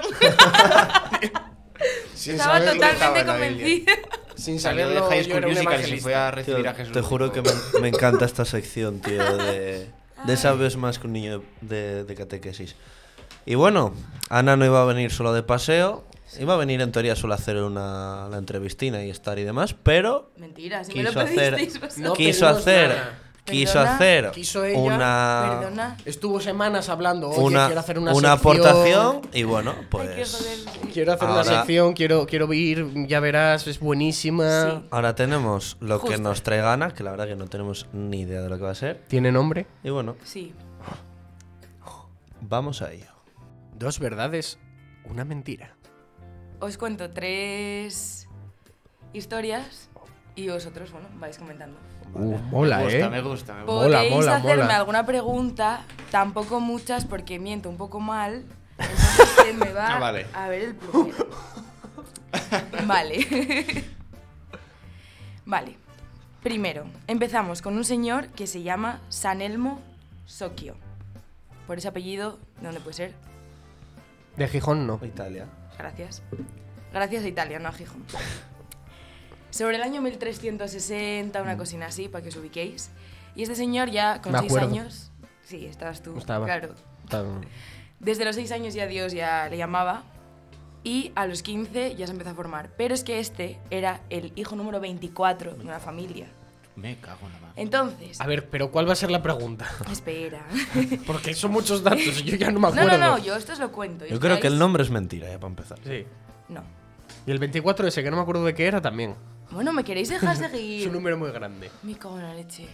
C: Sin
D: Estaba
C: saberlo,
E: estaba
D: totalmente
E: en la
D: convencida.
C: sin
E: Salió de
C: saberlo,
E: High
C: yo
E: School
C: era un
E: Musical y se
C: evangelista.
E: fue a
B: Tío,
E: recibir a Jesús.
B: te juro que me, me encanta esta sección, tío, de, de sabes más que un niño de, de catequesis. Y bueno, Ana no iba a venir solo de paseo, iba a venir en teoría solo a hacer una, la entrevistina y estar y demás, pero
D: Mentira, si me lo
B: quiso hacer,
D: pedisteis vosotros.
C: No
B: quiso
C: pedimos
B: hacer,
C: nada.
B: quiso
D: Perdona,
B: hacer
C: quiso ella,
B: una,
D: Perdona.
C: Estuvo semanas hablando, oye,
B: una,
C: quiero hacer una,
B: una
C: sección,
B: aportación y bueno,
D: Hay que joder.
B: pues...
D: sí.
C: Quiero hacer una
B: Ahora-
C: sección, quiero, quiero ir, ya verás, es buenísima.
D: Sí.
B: Ahora tenemos lo que
D: Justo.
B: nos trae Ana, que la verdad que no tenemos ni idea de lo que va a ser.
C: ¿Tiene nombre?
B: Y bueno,
D: Sí.
B: vamos a ello.
C: Dos verdades, una mentira.
D: Os cuento tres historias y vosotros, bueno, vais comentando.
C: Uh,
E: Me
C: mola,
B: eh.
E: gusta, me gusta, me gusta.
C: Mola,
D: Podéis
C: mola,
D: hacerme
C: mola.
D: alguna pregunta, tampoco muchas porque miento un poco mal. Entonces se me
C: [LAUGHS]
D: va
E: Ah, vale.
D: a ver el plumero. vale.
C: [LAUGHS]
D: vale. Primero, empezamos con un señor que se llama San Elmo Sokio. Por ese apellido, ¿de dónde puede ser?
C: De Gijón no.
B: Italia.
D: Gracias. Gracias a Italia, no a Gijón. Sobre el año 1360, una cocina así, para que os ubiquéis. Y este señor ya con
C: Mm. Me
D: seis
C: acuerdo.
D: años. Sí, estabas tú.
C: Estaba.
D: Claro.
C: Tan-
D: Desde los seis años ya Dios ya le llamaba. Y a los 15 ya se empezó a formar. Pero es que este era el hijo número 24 de una familia.
E: Me cago en la
C: Eh.
E: madre.
D: Entonces.
C: A ver, pero ¿cuál va a ser la pregunta? [LAUGHS]
D: Espera.
C: Porque son muchos datos, yo ya no me
D: No,
C: acuerdo.
D: no, no, yo esto os lo cuento. y
B: Yo
D: os
B: creo que el
D: quedáis-
B: nombre es mentira, ya para empezar.
C: Sí.
D: No.
C: Y el 24 ese, que no me acuerdo de qué era también.
D: Bueno, ¿me queréis dejar
C: [LAUGHS]
D: seguir?
C: Es un número muy grande.
D: Me cago en la leche.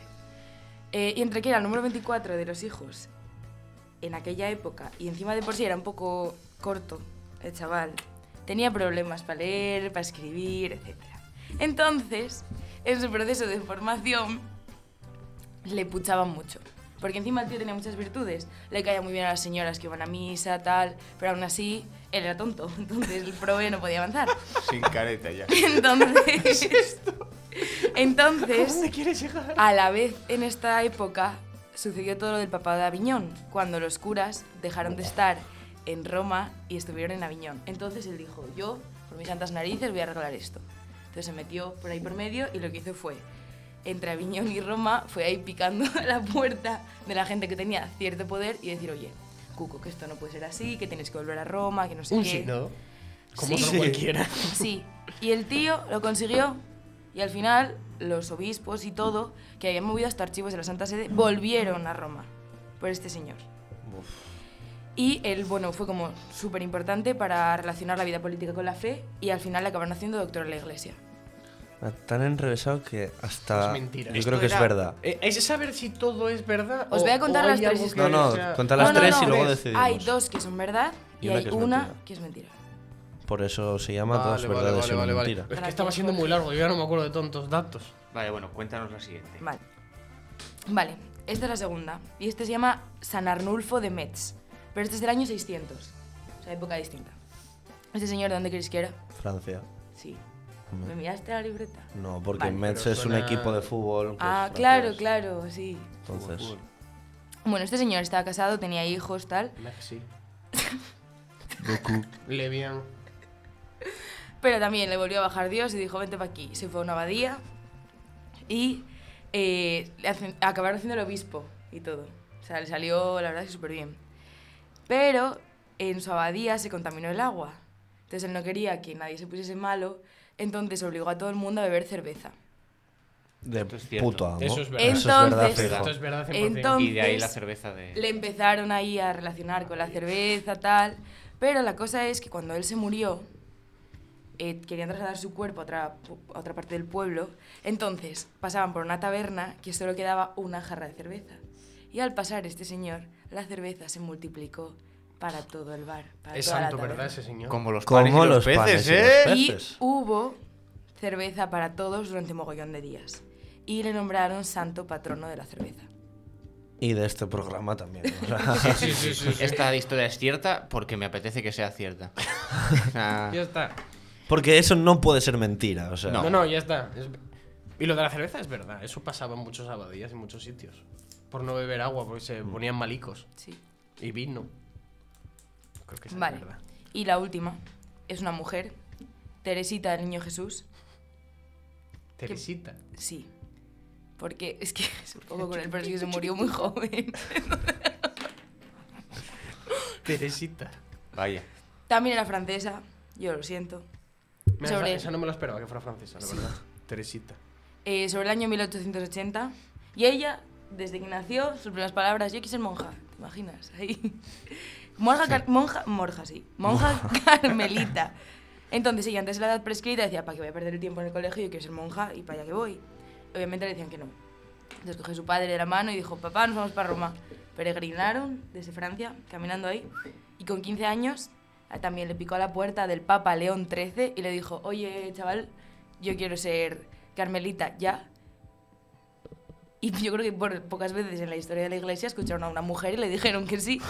D: Eh, y entre que era el número 24 de los hijos en aquella época, y encima de por sí era un poco corto el chaval, tenía problemas para leer, para escribir, etc. Entonces, en su proceso de formación, le puchaban mucho. Porque encima el tío tenía muchas virtudes. Le caía muy bien a las señoras que iban a misa, tal, pero aún así, él era tonto. [LAUGHS] Entonces el prove no podía avanzar.
E: Sin careta ya.
D: [LAUGHS] Entonces. Entonces,
C: quieres llegar?
D: a la vez en esta época sucedió todo lo del papado de Aviñón, cuando los curas dejaron de estar en Roma y estuvieron en Aviñón. Entonces él dijo, yo, por mis santas narices, voy a arreglar esto. Entonces se metió por ahí por medio y lo que hizo fue, entre Aviñón y Roma, fue ahí picando [LAUGHS] a la puerta de la gente que tenía cierto poder y decir, oye, Cuco, que esto no puede ser así, que tienes que volver a Roma, que no sé
C: Un
D: qué.
C: sínodo. Como
D: Sí.
C: otro cualquiera. [LAUGHS]
D: Sí, y el tío lo consiguió. Y al final, los obispos y todo, que habían movido hasta archivos de la Santa Sede, volvieron a Roma por este señor. Y él, bueno, fue como súper importante para relacionar la vida política con la fe y al final le acabaron haciendo doctor en la iglesia.
B: Tan enrevesado que hasta.
C: Es mentira.
B: Yo
C: Esto
B: creo que es
C: era-
B: verdad.
C: Eh, es saber si todo es verdad.
D: Os
C: o-
D: voy a contar
C: o
D: las
C: hay
D: tres
C: algo que
B: No, no,
C: sea-
B: cuenta las
D: No, no,
B: tres y
D: no.
B: luego decidimos.
D: Hay dos que son verdad y,
B: Y una
D: hay
B: que es
D: una
B: mentira.
D: que es mentira.
B: Por eso se llama Todas
C: Vale, vale,
B: Verdades
C: vale, vale,
B: y
C: vale.
B: Mentiras.
C: Es que estaba siendo muy largo, yo ya no me acuerdo de tantos datos.
E: Vale, bueno, cuéntanos la siguiente.
D: Vale. Vale, esta es la segunda. Y este se llama San Arnulfo de Metz. Pero este es del año 600. O sea, época distinta. Este señor, ¿de dónde queréis que era?
B: Francia.
D: Sí.
B: Hombre.
D: ¿Me miraste la libreta?
B: No, porque
D: Vale.
B: Metz
C: Pero
B: es
C: suena-
B: un equipo de fútbol. que
D: Ah,
B: es
D: claro,
B: francés.
D: claro, sí.
B: Entonces,
D: Bueno, este señor estaba casado, tenía hijos, tal.
C: Lexi. Levian.
D: Pero también le volvió a bajar Dios y dijo, vente para aquí. Se fue a una abadía y eh, le hacen- acabaron haciendo el obispo y todo. O sea, le salió, la verdad, es que súper bien. Pero en su abadía se contaminó el agua. Entonces él no quería que nadie se pusiese malo, entonces obligó a todo el mundo a beber cerveza.
B: de
E: Esto es cierto.
B: puto amo.
C: Eso es verdad.
B: Eso es verdad,
D: Entonces-
B: fijo.
C: Esto es verdad 100%.
D: Entonces,
E: Y de ahí la cerveza de.
D: le empezaron ahí a relacionar con la cerveza, tal. Pero la cosa es que cuando él se murió, eh, querían trasladar su cuerpo a otra, pu- a otra parte del pueblo. Entonces pasaban por una taberna que solo quedaba una jarra de cerveza. Y al pasar este señor, la cerveza se multiplicó para todo el bar. Para
C: Es
D: toda la
C: santo,
D: taberna.
C: ¿verdad? Ese señor.
E: Como los
B: Como
E: panes y
B: los
E: los
B: panes y los
E: peces, ¿eh?
B: peces.
D: Y
B: Peces.
D: hubo cerveza para todos durante mogollón de días. Y le nombraron santo patrono de la cerveza.
B: Y de este programa también. o sea.
C: [LAUGHS] Sí, sí, sí. sí.
E: Esta historia es cierta porque me apetece que
B: [LAUGHS]
E: sea cierta. O sea,
C: Ya está.
B: Porque eso no puede ser mentira. O sea,
E: No.
C: No, no, ya está. Es- Y lo de la cerveza es verdad. Eso pasaba en muchos abadías y muchos sitios. Por no beber agua, porque se ponían malicos.
D: Sí.
C: Y vino. Creo que esa es
D: Vale.
C: verdad.
D: Y la última es una mujer, Teresita del Niño Jesús.
C: Teresita.
D: Sí. Porque es que es un poco con el que se murió muy joven.
C: Teresita.
E: vaya.
D: También era francesa, yo lo siento.
C: Mira, esa-
D: Sobre-
C: esa, no me lo esperaba que fuera francesa, la
D: Sí.
C: verdad. Teresita.
D: Eh, sobre el año 1880. Y ella, desde que nació, sus primeras palabras, yo quise ser monja. ¿Te imaginas? [LAUGHS] Ahí. Monja, car- monja, morja, sí. Monja [LAUGHS] carmelita. Entonces ella antes de la edad prescrita decía, ¿para qué voy a perder el tiempo en el colegio? Yo quiero ser monja y para allá que voy. Obviamente le decían que no. Entonces cogió a su padre de la mano y dijo, papá, nos vamos para Roma. Peregrinaron desde Francia, caminando ahí, y con 15 años ah, también le picó a la puerta del Papa León XIII y le dijo, oye, chaval, yo quiero ser carmelita ya. Y yo creo que por pocas veces en la historia de la iglesia escucharon a una mujer y le dijeron que sí.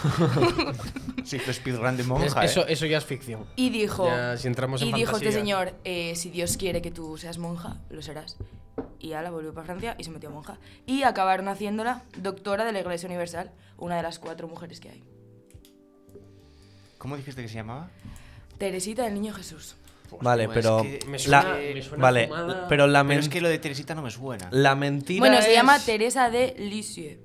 E: Sí, fue speedrun de
C: Es-
E: monja.
C: eso,
E: ¿eh?
C: eso ya es ficción.
D: Y
C: [LAUGHS]
D: dijo,
C: Ya, si entramos en
D: y dijo este
C: fantasía.
D: señor, eh, si Dios quiere que tú seas monja, lo serás. Y ala, volvió para Francia y se metió a monja. Y acabaron haciéndola doctora de la Iglesia Universal, una de las cuatro mujeres que hay.
E: ¿Cómo dijiste que se llamaba?
D: Teresita del Niño Jesús.
B: vale,
E: Pues,
B: pero.
E: es que
C: me
B: la,
C: suena- me suena
B: vale,
C: fumada,
B: pero la,
E: Pero
B: men-
E: es que lo de Teresita no me suena.
B: la mentira.
D: Bueno, se
B: es-
D: llama Teresa de Lisieux.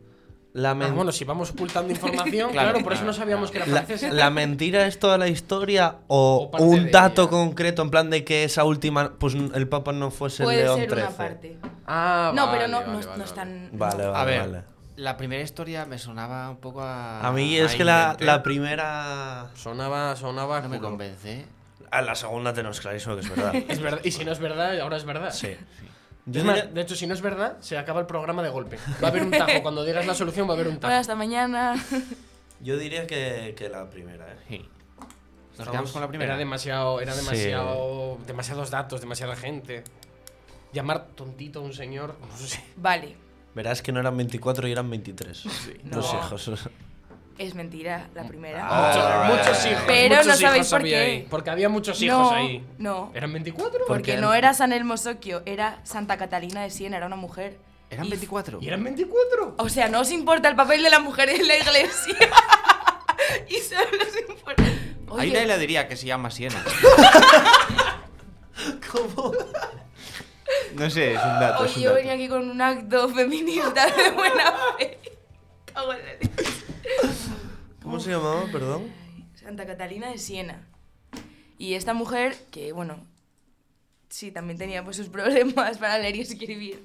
B: La, men-
C: Ah, bueno, si vamos
B: [LAUGHS]
C: ocultando información,
E: Claro,
C: claro, por eso
E: claro,
C: no sabíamos
E: claro.
C: que era
B: la-
C: francesa.
B: la mentira es toda la historia o,
C: O parte
B: un
C: de
B: dato
C: ella.
B: concreto en plan de que esa última. Pues el Papa no fuese
D: Puede
B: León
D: ser una
B: XIII.
D: parte.
C: Ah,
D: no,
C: vale,
D: pero no,
C: vale,
D: no,
C: vale,
D: no
C: vale.
D: es tan...
B: Vale,
D: no.
B: vale,
E: A ver,
B: vale.
E: la primera historia me sonaba un poco a.
B: A mí es
E: a
C: Ah,
B: que la,
E: invento.
B: la primera.
C: Sonaba, sonaba.
E: No me
C: culo.
E: convence. ¿eh?
B: A la segunda tenemos clarísimo que es verdad.
C: [LAUGHS] Es verdad. Y si no es verdad, ahora es verdad.
B: sí.
C: Es más, de hecho, si no es verdad, se acaba el programa de golpe. Va a haber un tajo. Cuando digas la solución, va a haber un
D: Bueno,
C: tajo.
D: hasta mañana. [LAUGHS]
B: Yo diría que, que la primera, ¿eh?
E: Sí. Nos quedamos con la primera.
C: Era demasiado, era
B: Sí.
C: demasiado, demasiados datos, demasiada gente. Llamar tontito a un señor, no sé.
D: Vale,
B: Verás que no eran 24 y eran 23. Los
D: No.
B: hijos. Ah.
D: es mentira la primera.
C: Muchos-
E: right.
C: muchos hijos.
D: Pero
C: muchos
D: no
C: hijos
D: sabéis por
C: había
D: qué.
C: ahí, porque había muchos hijos
D: No,
C: ahí.
D: no.
C: ¿Eran 24?
D: Porque no era San Hermosocchio, era Santa Catalina de Siena, era una mujer.
E: Eran
D: Y-
E: 24.
C: ¿Y eran 24?
D: O sea, no os importa el papel de la mujer en la iglesia. [LAUGHS] y solo os importa.
E: Hay
D: Oye,
E: una heladería que se
D: [LAUGHS]
E: llama Siena. ¿Cómo? No sé, es un dato. es
D: oye,
E: un
D: yo
E: dato.
D: venía aquí con un acto feminista de buena
B: [LAUGHS]
D: fe. Cago en la leche.
B: ¿Cómo se llamaba, perdón?
D: Santa Catalina de Siena. Y esta mujer, que bueno, sí, también tenía pues sus [LAUGHS] problemas para leer y escribir,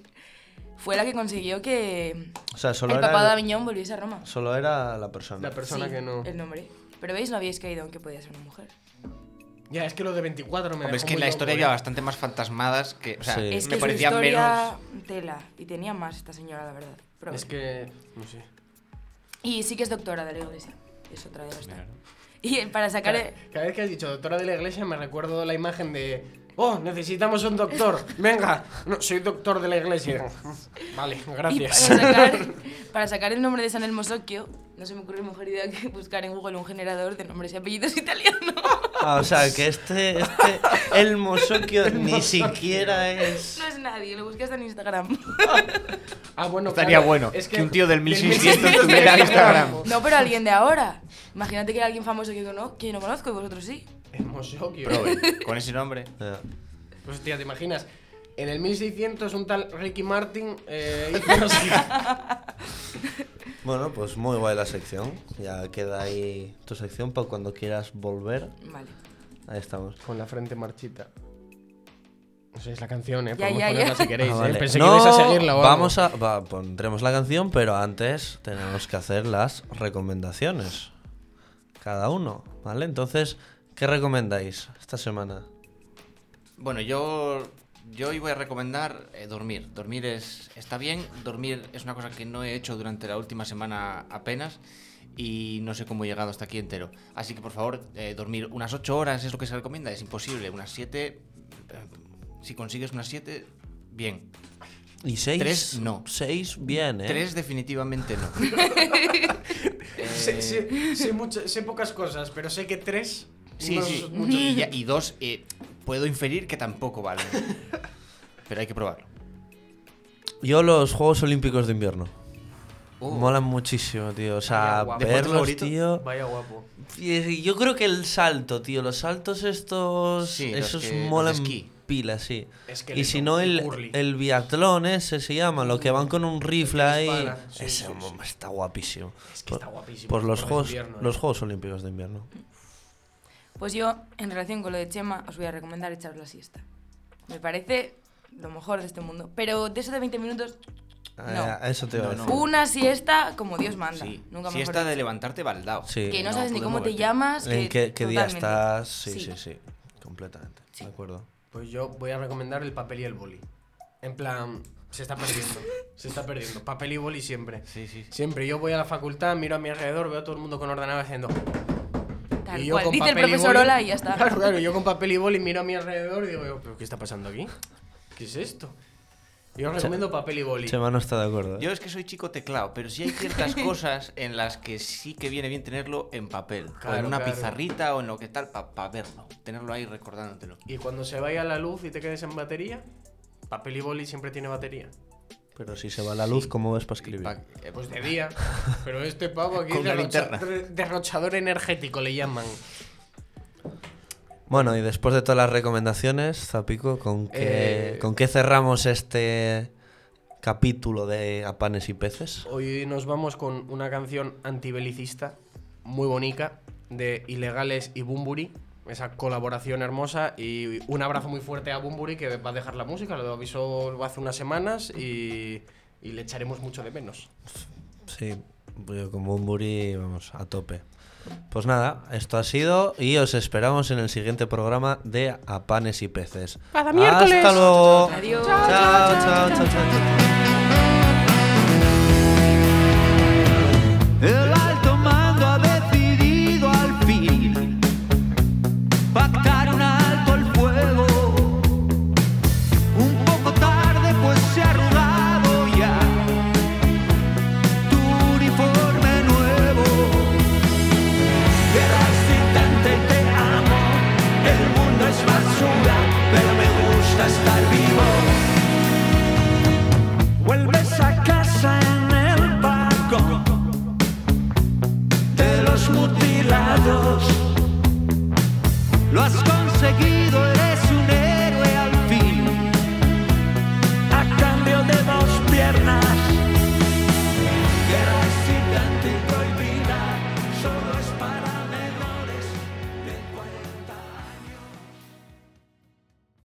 D: fue la que consiguió que
B: O sea, solo
D: el
B: era.
D: papado de Aviñón volviese a Roma.
B: Solo era la persona.
C: La persona
D: Sí,
C: que no.
D: El nombre. Pero veis, no habíais caído en que podía ser una mujer.
C: Ya, es que lo de 24 me
E: Hombre, es
C: dejó
E: que
C: muy
E: la
C: loco,
E: historia
C: ¿eh?
E: lleva bastante más fantasmadas que. O sea,
B: Sí.
D: Es
E: me
D: que su
E: parecía
D: historia
E: menos.
D: tela. Y tenía más esta señora, la verdad. Pero
C: Es
D: bueno.
C: que. No sé.
D: Y sí que es doctora de la iglesia. Es otra de las tal. Y eh, para sacar...
C: Cada, cada vez que has dicho doctora de la iglesia me recuerdo la imagen de. Oh, necesitamos un doctor.
D: [LAUGHS]
C: Venga, no, soy doctor de la iglesia. Vale,
D: Y eh,
C: gracias.
D: para sacar, para sacar el nombre de San Elmosoquio, no se me ocurre mejor idea que buscar en Google un generador de nombres y apellidos [LAUGHS] italianos.
B: Ah, o sea, que este, este el Mosokio ni siquiera es...
D: No es nadie, lo buscas en Instagram.
C: Ah, bueno,
E: Estaría
C: claro,
E: bueno
C: es
E: que un tío del 1600
C: 1600
E: tuviera Instagram.
D: No, pero alguien de ahora. Imagínate que era alguien famoso que, cono- que no conozco y vosotros sí.
C: Hermoso, que-
E: Pero, eh, con ese nombre.
B: Ya.
C: Hostia, Pues, ¿te imaginas? En el 1600 un tal Ricky Martin [LAUGHS] eh, hizo no sé-
B: Bueno, pues muy guay la sección. Ya queda ahí tu sección para cuando quieras volver.
D: Vale.
B: Ahí estamos.
C: Con la frente marchita. No sé, es la canción, ¿eh?
D: Ya,
C: Podemos
D: ya, ya.
C: ponerla si queréis,
B: Ah,
C: ¿eh?
B: vale.
C: Pensé
B: No,
C: que ibais a seguirla o algo.
B: Vamos a. va, pondremos la canción, pero antes tenemos que hacer las recomendaciones. Cada uno, ¿vale? Entonces, ¿qué recomendáis esta semana?
E: Bueno, yo, yo hoy voy a recomendar eh, dormir. Dormir es está bien, dormir es una cosa que no he hecho durante la última semana apenas y no sé cómo he llegado hasta aquí entero. Así que por favor, eh, dormir unas 8 horas es lo que se recomienda, es imposible. Unas 7, eh, si consigues unas 7, bien.
B: ¿Y seis?
E: Tres, no.
B: Seis, bien, ¿eh?
E: 3 definitivamente no. Eh,
C: Sé, sé- sé mucha- sé pocas cosas, pero sé que tres.
E: Sí,
C: no
E: sí.
C: es mucho.
E: Y, ya- y dos, eh, puedo inferir que tampoco vale. Pero hay que probarlo.
B: Yo los Juegos Olímpicos de Invierno.
E: Uh.
B: Molan muchísimo, tío. O sea,
C: Vaya guapo.
E: ¿Deporte
B: verlos,
E: favorito?
B: tío.
C: Vaya guapo.
B: Y- Yo creo que el salto, tío. Los saltos estos.
E: Sí, los
B: esos
E: que- los de
B: molan
E: esquí.
B: pila, sí.
C: Esqueleto,
B: Y si no,
C: y
B: el,
C: curly.
B: el biatlón ese se llama, lo que van con un rifle ahí.
C: dispara, sí,
B: ese
C: sí,
B: hombre, está guapísimo.
C: Es que está guapísimo,
B: Por los,
C: por el
B: juegos,
C: invierno,
B: los
C: eh.
B: Juegos Olímpicos de Invierno.
D: Pues yo, en relación con lo de Chema, os voy a recomendar echaros la siesta. Me parece lo mejor de este mundo. Pero de eso de 20 minutos,
B: Ah, eso te iba a
E: No, no.
B: decir.
D: una siesta como Dios manda.
E: Sí.
D: Nunca
E: si
D: mejor
E: esta de
D: dicho.
E: levantarte baldao.
B: Sí.
D: Que no,
E: No,
D: sabes ni
E: puedes
D: cómo te
E: moverte.
D: llamas.
B: ¿En
D: que
B: qué, qué día
D: totalmente.
B: estás? Sí, sí,
D: Sí.
B: sí. Completamente. De acuerdo.
C: Pues yo voy a recomendar el papel y el boli. En plan, se está perdiendo. se está perdiendo. Papel y boli siempre.
E: Sí, sí.
C: Siempre. Yo voy a la facultad, miro a mi alrededor, veo a todo el mundo con ordenador haciendo.
D: Tal
C: y yo
D: cual.
C: con
D: Dice el
C: papel y
D: profesor
C: boli-
D: hola y ya está.
C: Claro, claro. Yo con papel y boli miro a mi alrededor y digo, ¿pero qué está pasando aquí? ¿Qué es esto? Yo recomiendo papel y boli.
B: Chema no está de acuerdo. ¿eh?
E: Yo es que soy chico teclado, pero sí hay
D: [LAUGHS]
E: ciertas cosas en las que sí que viene bien tenerlo en papel. o en
C: Claro,
E: una
C: claro.
E: pizarrita o en lo que tal, para verlo. Tenerlo ahí recordándotelo.
C: Y cuando se vaya la luz y te quedes en batería, papel y boli siempre tiene batería.
B: Pero si se va la luz, ¿cómo ves para escribir?
E: Pa- eh,
C: Pues de
E: [LAUGHS]
C: día. Pero este pavo aquí
E: Con una
C: derrocha-
E: linterna.
C: der- derrochador energético le llaman.
B: Bueno, y después de todas las recomendaciones, Zapico, ¿con qué,
C: Eh,
B: ¿con qué cerramos este capítulo de A Panes y Peces?
C: Hoy nos vamos con una canción antibelicista muy bonita de Ilegales y Bumburi. Esa colaboración hermosa y un abrazo muy fuerte a Bumburi que va a dejar la música, lo avisó hace unas semanas y, y le echaremos mucho de menos.
B: Sí, pues yo con Bumburi, vamos, a tope. Pues nada, esto ha sido y os esperamos en el siguiente programa de A Panes y Peces.
F: Cada miércoles.
B: ¡Hasta luego!
D: Adiós.
B: chao, chao, chao. chao. pues